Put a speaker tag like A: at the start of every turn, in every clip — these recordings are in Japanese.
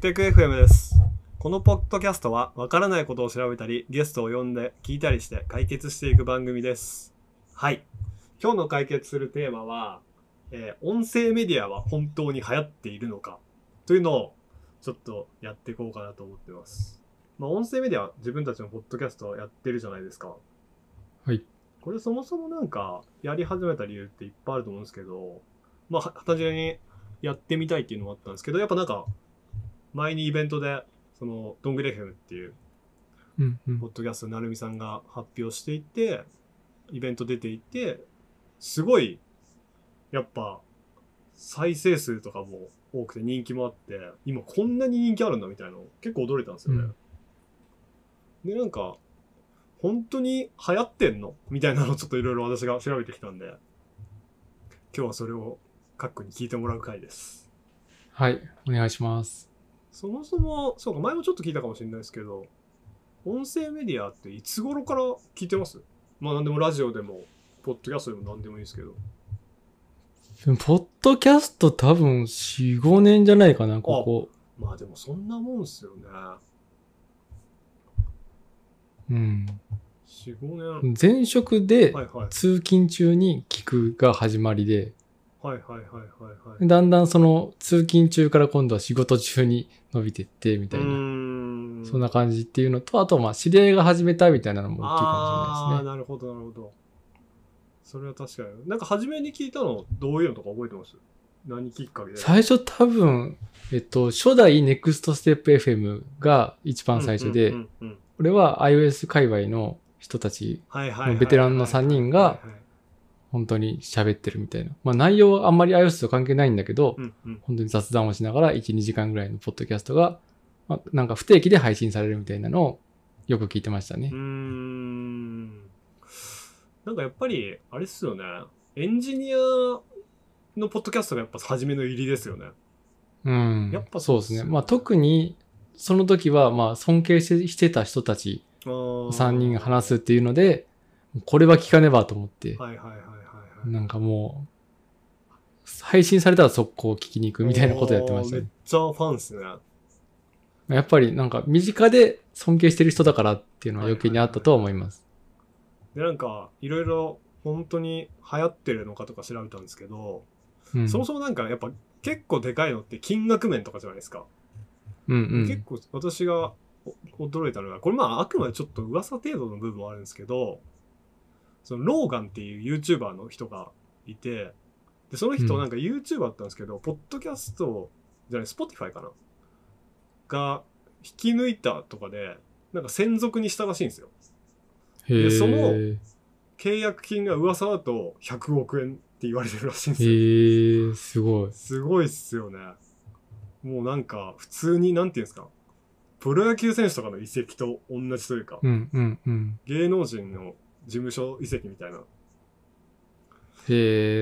A: テク FM です。このポッドキャストは、わからないことを調べたり、ゲストを呼んで、聞いたりして解決していく番組です。はい。今日の解決するテーマは、えー音声メディアは本当に流行っているのかというのを、ちょっとやっていこうかなと思ってます。まあ、音声メディア、自分たちのポッドキャストをやってるじゃないですか。
B: はい。
A: これそもそもなんか、やり始めた理由っていっぱいあると思うんですけど、まあ、は単純にやってみたいっていうのもあったんですけど、やっぱなんか、前にイベントで、その、ドングレフェムっていう、
B: うんうん
A: ポッドキャストなるみさんが発表していて、イベント出ていて、すごい、やっぱ、再生数とかも多くて人気もあって、今こんなに人気あるんだみたいなの結構驚いたんですよね。で、なんか、本当に流行ってんのみたいなのをちょっといろいろ私が調べてきたんで、今日はそれをカックに聞いてもらう回です。
B: はい、お願いします。
A: そもそも、そうか、前もちょっと聞いたかもしれないですけど、音声メディアっていつ頃から聞いてますまあ、なんでもラジオでも、ポッドキャストでも何でもいいですけど。
B: でもポッドキャスト多分4、5年じゃないかな、ここ。
A: まあでもそんなもんっすよね。
B: うん。
A: 4、5年。
B: 前職で
A: はいはい。
B: 通勤中に聞くが始まりで、
A: はいはいはいはいはい。
B: だんだんその通勤中から今度は仕事中に伸びてって、みたいうな。
A: ーん。
B: そんな感じっていうのと、あとまあ知り合いが始めたみたいなのも大きいかもし
A: あー
B: れないで
A: なるほどなるほど。それは確かに。なんか初めに聞いたの、どういうのとか覚えてます何きっかけです
B: ね。最初多分、えっと、初代ネクストステップ FM が一番最初で、
A: うんうんうんうん
B: 俺は iOS 界隈の人たち
A: はいはいはいはい。
B: ベテランの三人が
A: はいはい
B: 本当に喋ってるみたいな。まあ内容はあんまり iOS と関係ないんだけど、
A: うんうん。
B: 本当に雑談をしながら1、2時間ぐらいのポッドキャストが、まあ、なんか不定期で配信されるみたいなのをよく聞いてましたね
A: うー。んなんかやっぱり、あれっすよね。エンジニアのポッドキャストがやっぱ初めの入りですよね。
B: うん。
A: やっぱそ
B: そうう
A: っ
B: ですす
A: よね
B: ね。まあ特にその時はまあ尊敬してしてた人たち3
A: 3
B: 人が話すっていうので、これは聞かねばと思って、
A: はいはいはいはいはい。
B: なんかもう、配信されたら速攻聞きに行くみたいなことやってました
A: おーめ
B: ね
A: っ。ちゃファンっすね。
B: やっぱりなんか身近で尊敬してる人だからっていうのは余計にあったとは思います。
A: で、なんか、いろいろ本当に流行ってるのかとか調べたんですけど、
B: うん
A: そもそもなんかやっぱ結構でかいのって金額面とかじゃないですか。
B: うんうん。
A: 結構私がお驚いたのがこれまああくまでちょっと噂程度の部分はあるんですけどそのローガンっていう YouTuber の人がいてでその人
B: うん
A: なんか YouTuber だったんですけど、ポッドキャストじゃない Spotify かなが引き抜いたとかでなんか専属にしたらしいんですよ
B: へえ。
A: その
B: へ
A: 契約金が噂だと100億円って言われてるらしいんですよ
B: え、すごい。
A: すごいっすよね。もうなんか、普通に、なんていうんですか、プロ野球選手とかの移籍と同じというか、
B: うんうんうん。
A: 芸能人の事務所移籍みたいな。
B: へ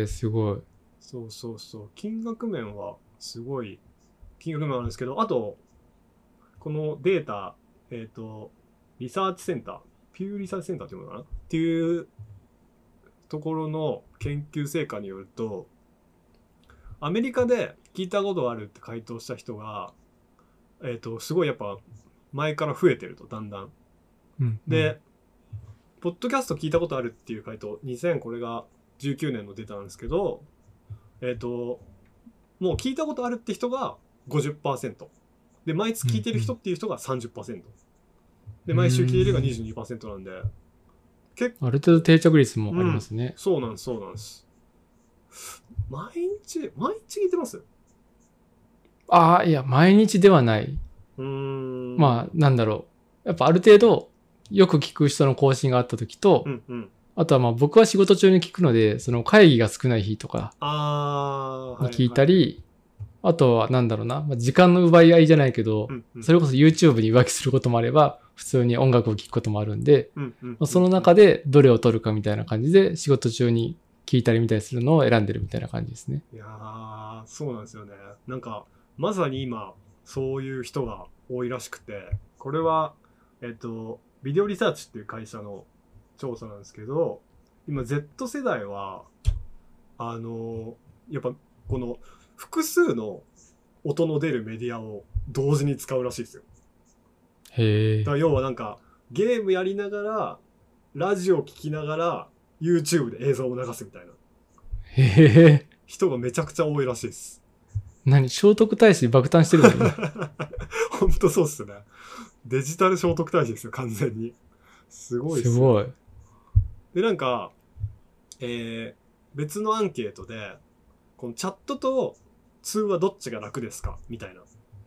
B: え、すごい。
A: そうそうそう。金額面は、すごい、金額面あるんですけど、あと、このデータ、えっ、と、リサーチセンター、ピューリサーチセンターっていうのかなっていうところの研究成果によると、アメリカで聞いたことあるって回答した人が、えっ、と、すごいやっぱ、前から増えてると、だんだん。
B: うん、
A: で、ポッドキャスト聞いたことあるっていう回答、2000これが19年のデータなんですけど、えっ、と、もう聞いたことあるって人が50%。で、毎月聞いてる人っていう人が30%。で、毎週聞いてるが22%なんで、
B: うん、ある程度定着率もありますね。
A: そうなんです、そうなんです。毎日、毎日聞いてます
B: ああ、いや、毎日ではない。
A: うーん。あ、
B: まあ、なんだろう。やっぱある程度、よく聞く人の更新があった時と、
A: うんうん。
B: あとはまあ僕は仕事中に聞くので、その会議が少ない日とか
A: あー、
B: に聞いた
A: り、
B: り、あとはなんだろうな、まあ、時間の奪い合いじゃないけど、
A: うんうん
B: それこそ YouTube に浮気することもあれば、普通に音楽を聴くこともあるんで、
A: うんうん
B: まあその中でどれを取るかみたいな感じで、仕事中に聞いたり見たりするのを選んでるみたいな感じですね。
A: いやー、そうなんですよね。なんか、まさに今、そういう人が多いらしくて、これは、えっと、ビデオリサーチっていう会社の調査なんですけど、今、Z 世代は、あの、やっぱ、この、複数の音の出るメディアを同時に使うらしいですよ。
B: へえ
A: だか。ら要はなんか、ゲームやりながら、ラジオ聞きながら、YouTube で映像を流すみたいな
B: へえ。
A: 人がめちゃくちゃ多いらしいです。
B: 何聖徳太子爆誕してるの今
A: ほんとそうっすね。デジタル聖徳太子ですよ、完全に。すごいっす
B: す
A: よ
B: ごい。
A: で、なんか、えー、別のアンケートで、このチャットと通話どっちが楽ですかみたいな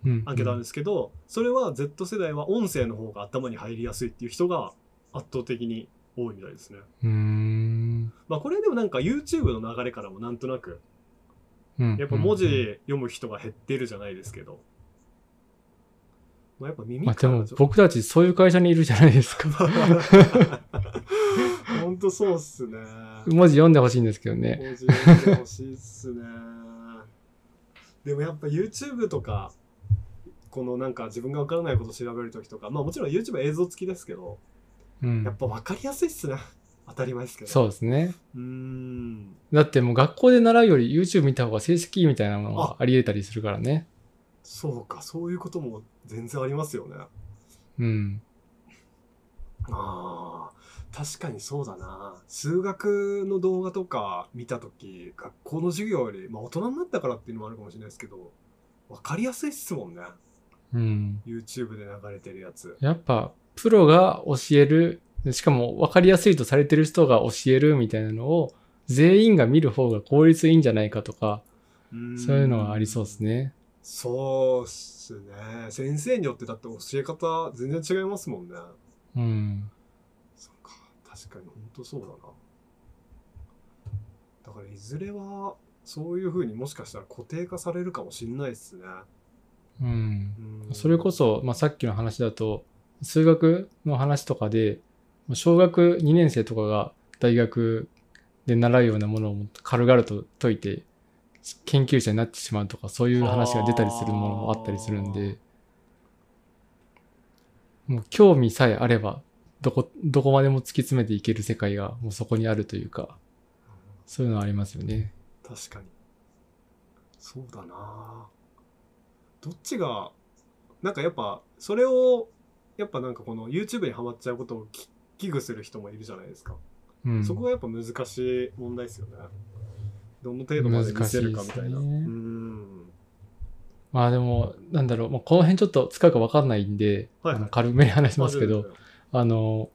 B: うん。
A: アンケートあるんですけど、それは Z 世代は音声の方が頭に入りやすいっていう人が圧倒的に多いみたいですね。
B: うーん。
A: まあこれでもなんか YouTube の流れからもなんとなく、
B: うん
A: やっぱ文字読む人が減ってるじゃないですけど、まあやっぱ耳
B: まあ
A: か
B: で
A: らちょ
B: も
A: っと
B: 僕たちそういう会社にいるじゃないですか。
A: ほんとそうっすね。
B: 文字読んでほしいんですけどね。
A: 文字読んでほしいっすね。でもやっぱ YouTube とか、このなんか自分がわからないこと調べるときとか、まあもちろん YouTube 映像付きですけど、
B: う
A: やっ
B: ん。
A: ぱわかりやすいっすね。当たり前ですけど。
B: そうですね。
A: う。ん。
B: だってもう学校で習うより YouTube 見た方が成績いいみたいなものがあり得たりするからね。
A: そうか、そういうことも全然ありますよね。
B: うん。
A: ああ、確かにそうだな。数学の動画とか見たとき、学校の授業より、まあ大人になったからっていうのもあるかもしれないですけど、わかりやすいっすもんね。
B: うん。
A: YouTube で流れてるやつ。
B: やっぱプロが教える、しかも分かりやすいとされてる人が教えるみたいなのを全員が見る方が効率いいんじゃないかとか、そういうのはありそうです
A: ね。
B: ね。
A: そうっすね。先生によってだって教え方全然違いますもんね。
B: うん。
A: そうか。確かに本当そうだな。だからいずれは、そういう風にもしかしたら固定化されるかもしんないっすね。
B: うん。
A: うん
B: それこ、そ、まあ、さっきの話だと数学の話とかでまあ小学2年生とかが大学で習うようなものを軽々と解いて研究者になってしまうとかそういう話が出たりするものもあったりするんでもう興味さえあればどこどこまでも突き詰めていける世界がもうそこにあるというかそういうのはありますよね。
A: 確かにそうだなどっちがなんかやっぱそれをやっぱなんかこの YouTube にハマっちゃうことをき危惧する人もいるじゃないですか、
B: うん、
A: そこがやっぱ難しい問題ですよねどの程度まで見せるかみたいな
B: 難しいですね
A: うん
B: まあでも、なんだろう、まあ、この辺ちょっと使うか分かんないんで、
A: はいはい
B: あの軽めに話しますけど、あの、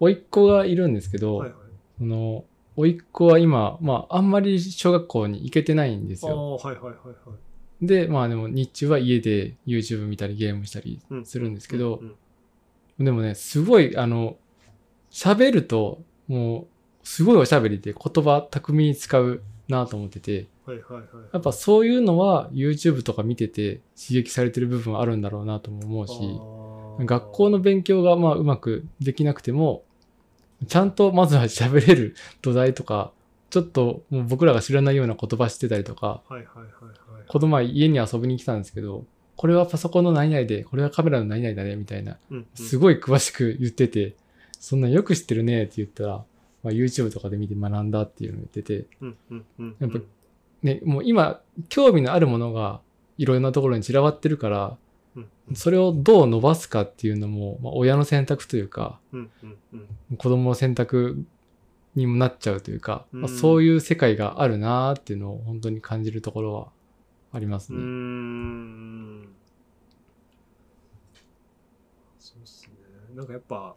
B: 甥っ子がいるんですけど、
A: はいはい
B: その、甥っ子は今、まあ、あんまり小学校に行けてないんです
A: あ
B: よ。
A: あはいはいはいはい
B: で、まあでも日中は家で YouTube 見たりゲームしたり
A: うん
B: するんですけど
A: う、ん
B: でもね、すごい、あの、喋ると、もう、すごいおしゃべりで言葉巧みに使うなと思ってて、
A: はいはいはい
B: やっぱそういうのは YouTube とか見てて刺激されてる部分はあるんだろうなとも思うし、
A: あー
B: 学校の勉強がまあうまくできなくても、ちゃんとまずは喋れる 土台とか、ちょっともう僕らが知らないような言葉知ってたりとか、
A: はいはいはいはい
B: この前家に遊びに来たんですけど、これはパソコンの何々で、これはカメラの何々だね、みたいな、
A: うんうん
B: すごい詳しく言ってて、そんなんよく知ってるねって言ったら、まあ、YouTube とかで見て学んだっていうのを言ってて、
A: うんうんうん
B: やっぱね、もう今、興味のあるものがいろんなところに散らばってるから、
A: うん
B: それをどう伸ばすかっていうのも、まあ、親の選択というか、
A: うんうんうん
B: 子供の選択にもなっちゃうというか、まあ、
A: うん
B: そういう世界があるなーっていうのを本当に感じるところはあります
A: うー
B: ね。
A: んそうっすね。なんかやっぱ、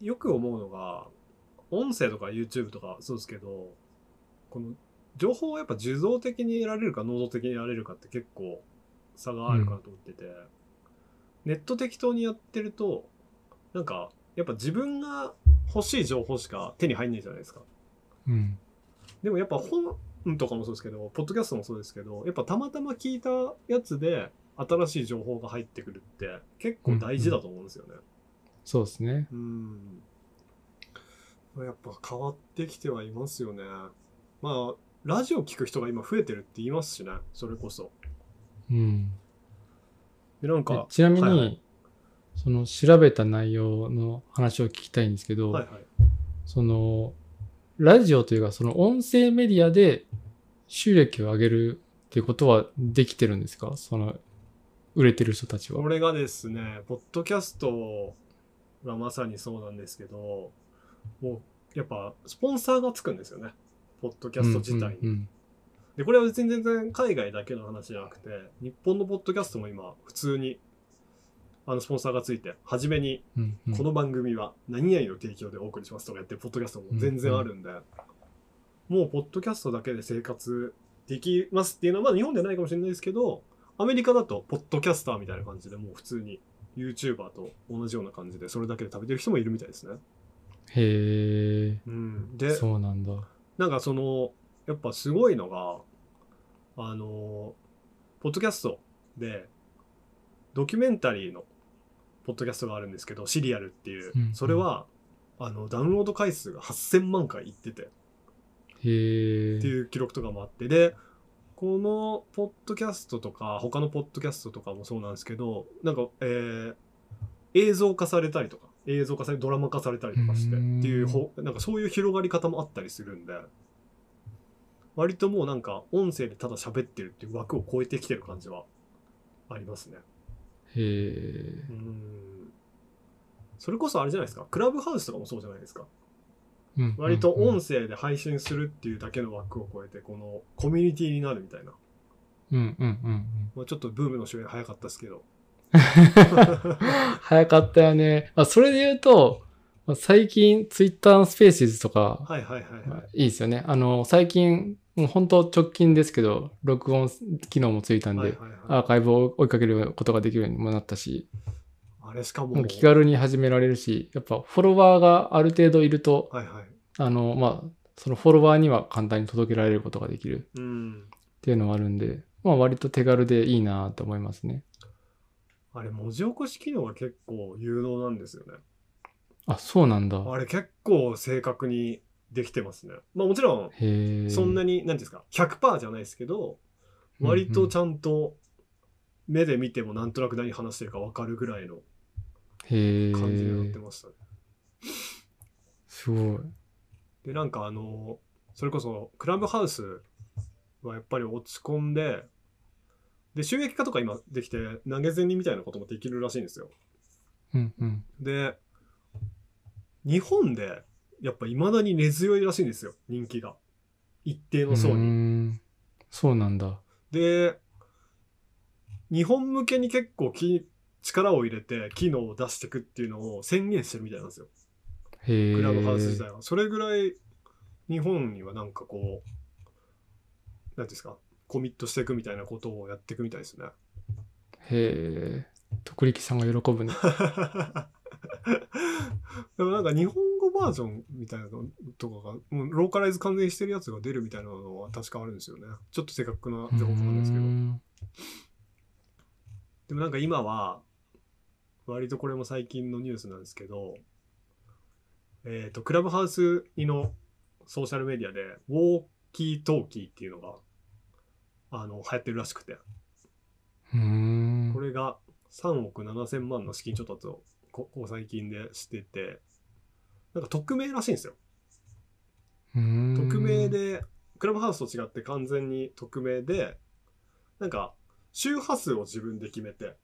A: よく思うのが、音声とか YouTube とかそうですけど、この情報をやっぱ受動的に得られるか能動的に得られるかって結構差があるかなと思ってて、ネット適当にやってると、なんかやっぱ自分が欲しい情報しか手に入んないじゃないですか。
B: うん。
A: でもやっぱ本とかもそうですけど、ポッドキャストもそうですけど、やっぱたまたま聞いたやつで新しい情報が入ってくるって結構大事だと思うんですよね。
B: そうですね。
A: うん。やっぱ変わってきてはいますよね。まあ、ラジオ聞く人が今増えてるって言いますしね、それこそ。
B: うん。
A: で、なんか、
B: で
A: は
B: ちなみに、
A: はいはい
B: その調べた内容の話を聞きたいんですけど、
A: いはい。
B: その、ラジオというか、その音声メディアで収益を上げるっていうことはできてるんですかその、売れてる人たち
A: こ
B: は。
A: れがですね、ポッドキャストがまさにそうなんですけど、もうやっぱスポンサーがつくんですよね。ポッドキャスト自体に。
B: うんうん
A: で、これは別に全然海外だけの話じゃなくて、日本のポッドキャストも今、普通に、あの、スポンサーがついて、初めに、
B: うんうんうん
A: この番組は何々の提供でお送りしますとかやってるポッドキャストも全然あるんで、もうポッドキャストだけで生活できますっていうのは、まあ日本ではないかもしれないですけど、アメリカだとポッドキャスターみたいな感じでもう普通に YouTuber と同じような感じでそれだけで食べてる人もいるみたいですね。
B: へ
A: うん、
B: え、
A: で、
B: そうなんだ。
A: なんかその、やっぱすごいのが、あの、ポッドキャストで、ドキュメンタリーのポッドキャストがあるんですけど、シリアルっていう
B: うんう、ん
A: それは、あの、ダウンロード回数が8000万回いってて、
B: へえ
A: って。いう記録とかもあって、で、このポッドキャストとか、他のポッドキャストとかもそうなんですけど、なんか、えー映像化されたりとか、映像化され、ドラマ化されたりとかして、っ
B: う
A: て
B: ん
A: いうほ、なんかそういう広がり方もあったりするんで、割ともうなんか、音声でただ喋ってるっていう枠を超えてきてる感じはありますね。
B: へえ。
A: うん。それこそあれじゃないですか、クラブハウスとかもそうじゃないですか。
B: うん
A: 割と
B: うん
A: 音声で配信するっていうだけの枠を超えて、このコミュニティになるみたいな。
B: うんうんうんうん。
A: まあ、ちょっとブームの終焉早かったですけど。
B: 早かったよね。あ、それで言うと、まあ最近、ツイッターのスペースとか、
A: はいはいはいはい。
B: いいですよね。あの、最近、もう本当直近ですけど、録音機能もついたん
A: はい
B: で、
A: はいはい、
B: アーカイブを追いかけることができるようにもなったし、
A: あれしか
B: も
A: も
B: う、気軽に始められるし、やっぱフォロワーがある程度いると、
A: はいはい。
B: あの、まあ、そのフォロワーには簡単に届けられることができる
A: うん。
B: っていうのがあるんで、まあ割と手軽でいいなと思いますね。
A: あれ、文字起こし機能が結構有能なんですよね。
B: あ、そうなんだ。
A: あれ結構正確にできてますね。まあもちろん、
B: へえ。
A: そんなに、何ですか、100%じゃないですけど、割とちゃんと目で見てもなんとなく何話してるか分かるぐらいの
B: へえ。
A: 感じになってましたね。
B: すごい。
A: で、なんかあの、それこそ、クラブハウスはやっぱり落ち込んで、で、収益化とか今できて、投げ銭みたいなこともできるらしいんですよ。
B: うんうん。
A: で、日本で、やっぱ未だに根強いらしいんですよ、人気が。一定の層
B: うー
A: に。
B: んそうなんだ。
A: で、日本向けに結構き力を入れて、機能を出していくっていうのを宣言してるみたいなんですよ。
B: へえ。
A: クラブハウス自体は。それぐらい日本にはなんかこう、なんていうんですか、コミットしていくみたいなことをやっていくみたいですね。
B: へえ。徳力さんが 喜ぶね。
A: でもなんか日本語バージョンみたいなのとかが、もうローカライズ完全にしてるやつが出るみたいなのは確かあるんですよね。ちょっと正確な情報なんですけど
B: うー。ん
A: でもなんか今は、割とこれも最近のニュースなんですけど、えっ、と、クラブハウスのソーシャルメディアで、ウォーキートーキーっていうのが、あの、流行ってるらしくて、
B: うーん。
A: これが3億7千万の資金調達を、こここ最近でしてて、なんか匿名らしいんですよ。
B: うーん
A: 匿名。で、クラブハウスと違って完全に匿名で、なんか、周波数を自分で決めて、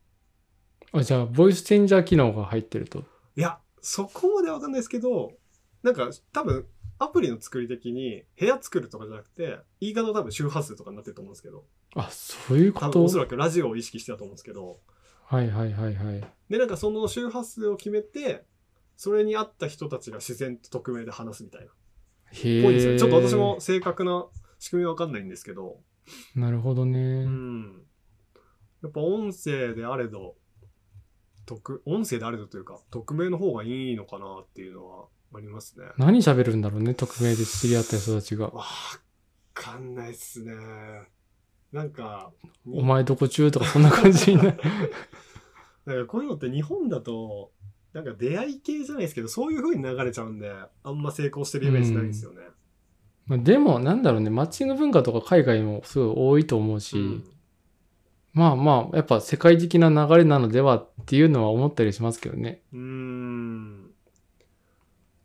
B: あ、じゃあ、ボイスチェンジャー機能が入ってると。
A: いや、そこまではわかんないですけど、なんか多分アプリの作り的に部屋作るとかじゃなくて、言い方は多分周波数とかになってると思うんですけど、
B: あ、そういうこ
A: 多分
B: と
A: おそらくラジオを意識してたと思うんですけど、
B: はいはいはいはい。
A: で、なんかその周波数を決めて、それに合った人たちが自然と匿名で話すみたいな。ぽいんですよね
B: へえ。
A: ちょっと私も。正確な仕組みはわかんないんですけど、
B: なるほど
A: う
B: ね。
A: ん。やっぱ音声であれど、匿音声であれどというか、匿名の方がいいのかなっていうのはありますね。
B: 何喋るんだろうね、匿名で知り合った人たちが。
A: わかんないっすね。なんか、に
B: お前どこ中とかそんな感じになる。
A: なんかこういうのって日本だと、なんか出会い系じゃないですけど、そういう風に流れちゃうんで、あんま成功してるイメージないんですよね。
B: まあでも、なんだろうね、マッチング文化とか海外もすごい多いと思うし、
A: うん
B: まあまあ、やっぱ世界的な流れなのではっていうのは思ったりしますけどね。
A: うーん。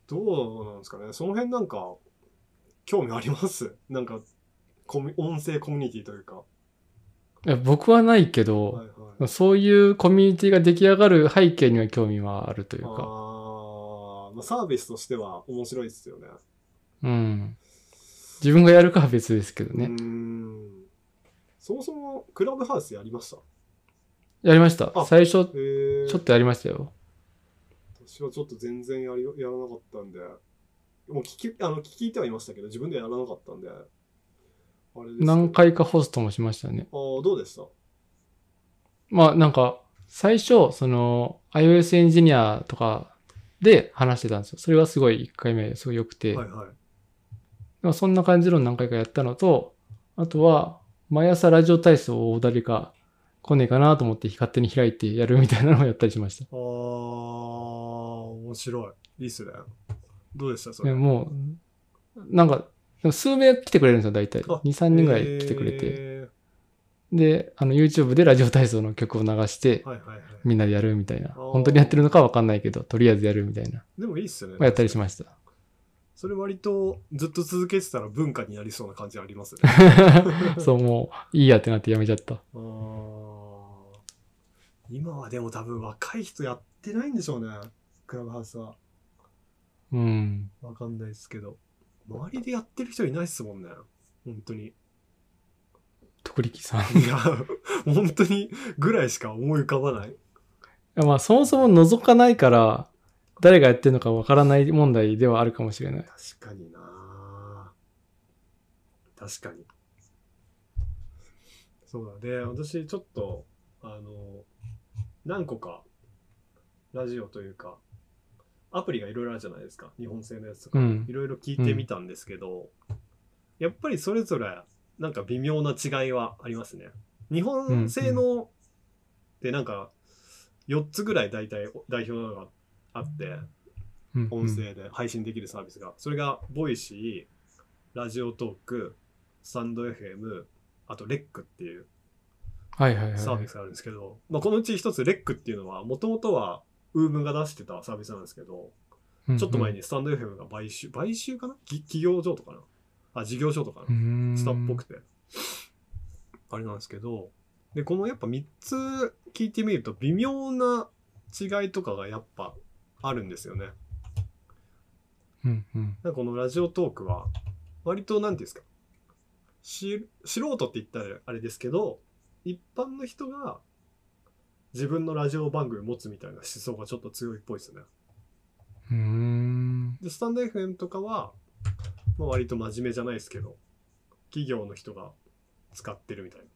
A: どうなんですかね。その辺なんか、興味ありますなんか、コミュ音声コミュニティというか。
B: いや僕はないけど、
A: はいはい。
B: そういうコミュニティが出来上がる背景には興味はあるというか、
A: あーまあ、サービスとしては面白いですよね。
B: うん。自分がやるかは別ですけどね。
A: うーん。そもそも、クラブハウスやりました
B: やりました
A: あ。
B: 最初、
A: えー、
B: ちょっとやりましたよ。
A: 私はちょっと全然やりやらなかったんで、もう聞き、あの、聞いてはいましたけど、自分ではやらなかったんで、あれですけど
B: 何回かホストもしましたね。
A: ああ、どうでした
B: まあなんか、最初、その、iOS エンジニアとかで話してたんですよ。それはすごい1回目、すごい良くて。
A: はいはい。
B: まあそんな感じの何回かやったのと、あとは、毎朝ラジオ体操を誰か来ねえかなと思って勝手に開いてやるみたいなのをやったりしました。
A: ああ、面白い。いいっすね。どうでしたそ
B: で
A: れ。
B: もう、なんか、でも数名来てくれるんですよ、大体。
A: あ
B: 2、3人ぐらい来てくれて。
A: え
B: で、あの、YouTube でラジオ体操の曲を流して
A: ー、はいはいはい。
B: みんなでやるみたいな。
A: ー
B: 本当にやってるのかはわかんないけど、とりあえずやるみたいな。
A: でもいいっすね。
B: まあ、やったりしました。
A: それ割とずっと続けてたら文化になりそうな感じあります ね。
B: そう、もう、いいやってなってやめちゃった。
A: あー今はでも多分若い人やってないんでしょうね。クラブハウスは。
B: うん。
A: わかんないですけど。周りでやってる人いないっすもんね。本当に。
B: 徳力さん。い
A: いや、本当にぐらいしか思い浮かばない。
B: やまあ、そもそも覗かないから、誰がやってるのかわからない問題ではあるかもしれない。
A: 確かにな確かに。そうだね。私、ちょっと、あの、何個か、ラジオというか、アプリがいろいろあるじゃないですか。日本製のやつと
B: う
A: か。
B: ん
A: い。ろいろ聞いてみたんですけど、やっぱりそれぞれ、なんか微妙な違いはありますね。日本製のでなんか、4つぐらい大体代表なのがあって、
B: うん
A: 音声で配信できるサービスが、それがボイシーラジオトークスタンド FM あとレックっていう
B: はいはいはい。
A: サービスがあるんですけど、まあ、このうち一つレックっていうのはもともとはウームが出してたサービスなんですけどちょっと前
B: に。
A: にスタンド FM が買収買収かなぎ企業所とかなあ事業所とかな
B: うん。
A: スタっぽくて、あれなんですけど、で、このやっぱ3つ聞いてみると微妙な違いとかがやっぱあるんですよね。
B: うんうん。
A: なんかこのラジオトークは、割と何ていうんですか、し素人って言ったらあれですけど、一般の人が自分のラジオ番組持つみたいな思想がちょっと強いっぽいですね。
B: うーん。
A: で、スタンド FM とかは、まあ、割と真面目じゃないですけど、企業の人が使ってるみたいな。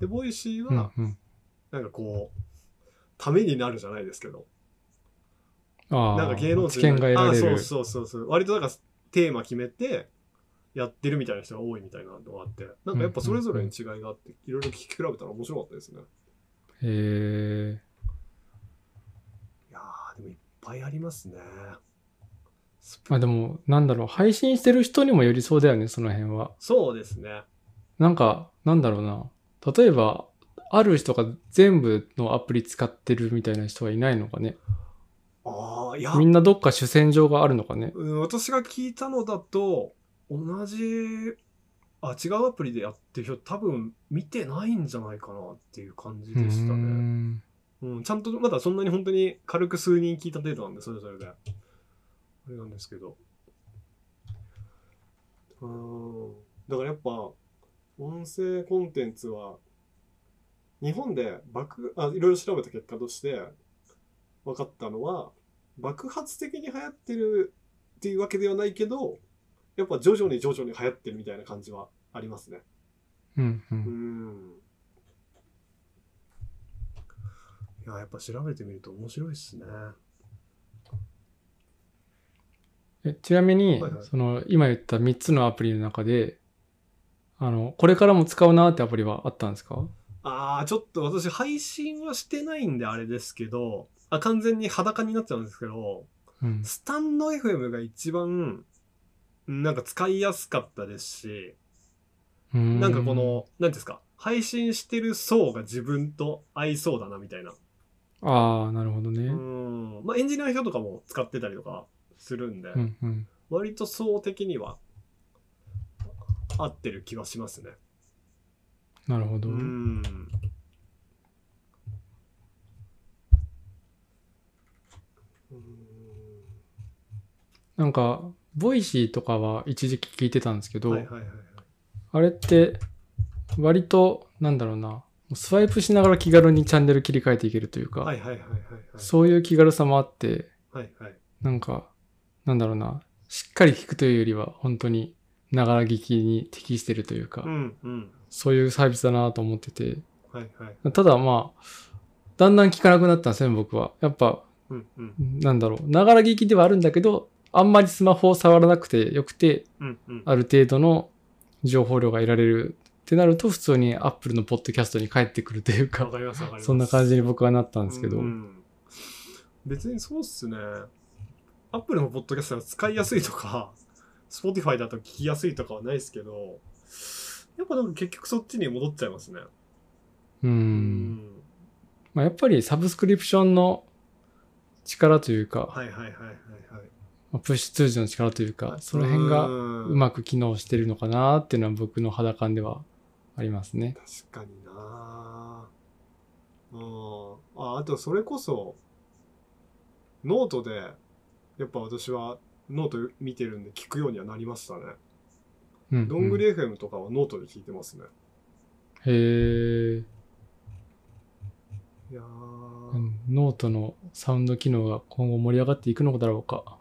A: で、ボイシー
B: うん
A: は、
B: うん。
A: なんかこう、ためになるじゃないですけど、
B: ああ。
A: なんか芸能人
B: 知見が得ら
A: あ
B: れる。
A: そうそうそうそう。割となんかテーマ決めて、やってるみたいな人が多いみたいなのがあって、なんかやっぱそれぞれに違いがあって、いろいろ聞き比べたら面白かったですね。
B: へえ。
A: いやー、でもいっぱいありますね。スポ
B: まあでも、なんだろう、配信してる人にもよりそうだよね、その辺は。
A: そうですね。
B: なんか、なんだろうな。例えば、ある人が全部のアプリ使ってるみたいな人はいないのかね。
A: ああ、いや、
B: みんなどっか主戦場があるのかね。
A: うん、私が聞いたのだと同じあ違うアプリでやってる人多分見てないんじゃないかなっていう感じでしたね、
B: うーん
A: うん、ちゃんとまだそんなに本当に軽く数人聞いた程度なんでそれぞれであれなんですけどうんだからやっぱ音声コンテンツは日本で爆あいろいろ調べた結果として分かったのは爆発的に流行ってるっていうわけではないけどやっぱ徐々に徐々に流行ってるみたいな感じはありますね。
B: うんう。
A: うんん。いややっぱ調べてみると面白いっすね。
B: えちなみに、
A: はいはい
B: その、今言った3つのアプリの中で、あの、これからも使うなってアプリはあったんですか
A: ああちょっと私配信はしてないんであれですけどあ完全に裸になっちゃうんですけど
B: うん。
A: スタンド FM が一番うんなんか使いやすかったですしな
B: なん
A: かこ、の何ですか配信してる層が自分と合いそうだなみたいな
B: ああ、なるほどね。
A: う
B: うん
A: んまあエンジニアの人とかも使ってたりとかするんで、
B: うん。
A: 割と層的には合ってる気はしますね。
B: なるほど。
A: うん。
B: なんか、ボイシーとかは一時期聞いてたんですけど、
A: はいはいはいはい。
B: あれって、割と、なんだろうな、もうスワイプしながら気軽にチャンネル切り替えていけるというか、
A: はいはいはいはいはい。
B: そういう気軽さもあって、
A: はいはい。
B: なんか、なんだろうな、しっかり聞くというよりは、本当に、ながら聞きに適してるというか、
A: うんうん。
B: そういうサービスだなと思ってて、
A: はいはい。
B: ただまあ、だんだん聞かなくなったんですね、僕は。やっぱ、
A: うんうん。
B: なんだろう、ながら聞きではあるんだけど、あんまりスマホを触らなくてよくて、
A: うんうん。
B: ある程度の情報量が得られるってなると、普通に Apple のポッドキャストに帰ってくるという
A: わ
B: か、
A: かりますわかります。
B: そんな感
A: じ
B: じに僕はなったんですけど、
A: 別にそうっすね。アップルのポッドキャストが使いやすいとか、Spotify だと聞きやすいとかはないですけど、やっぱなんか結局そっちに戻っちゃいますね。
B: うん。
A: うん。
B: まあ、やっぱりサブスクリプションの力というか、
A: はいはいはいはいはい。
B: まあプッシュ通知の力というか、その辺がう
A: うま
B: まく機能してるのかなっていうのは僕の肌感ではありますね。
A: 確かになうんああとそれこそノートでやっぱ私はノート見てるんで聞くようにはなりましたね、
B: うん、うん。
A: どんぐり FM とかはノートで聞いてますね
B: へー
A: いやー
B: うんノートのサウンド機能が今後盛り上がっていくのだろうか。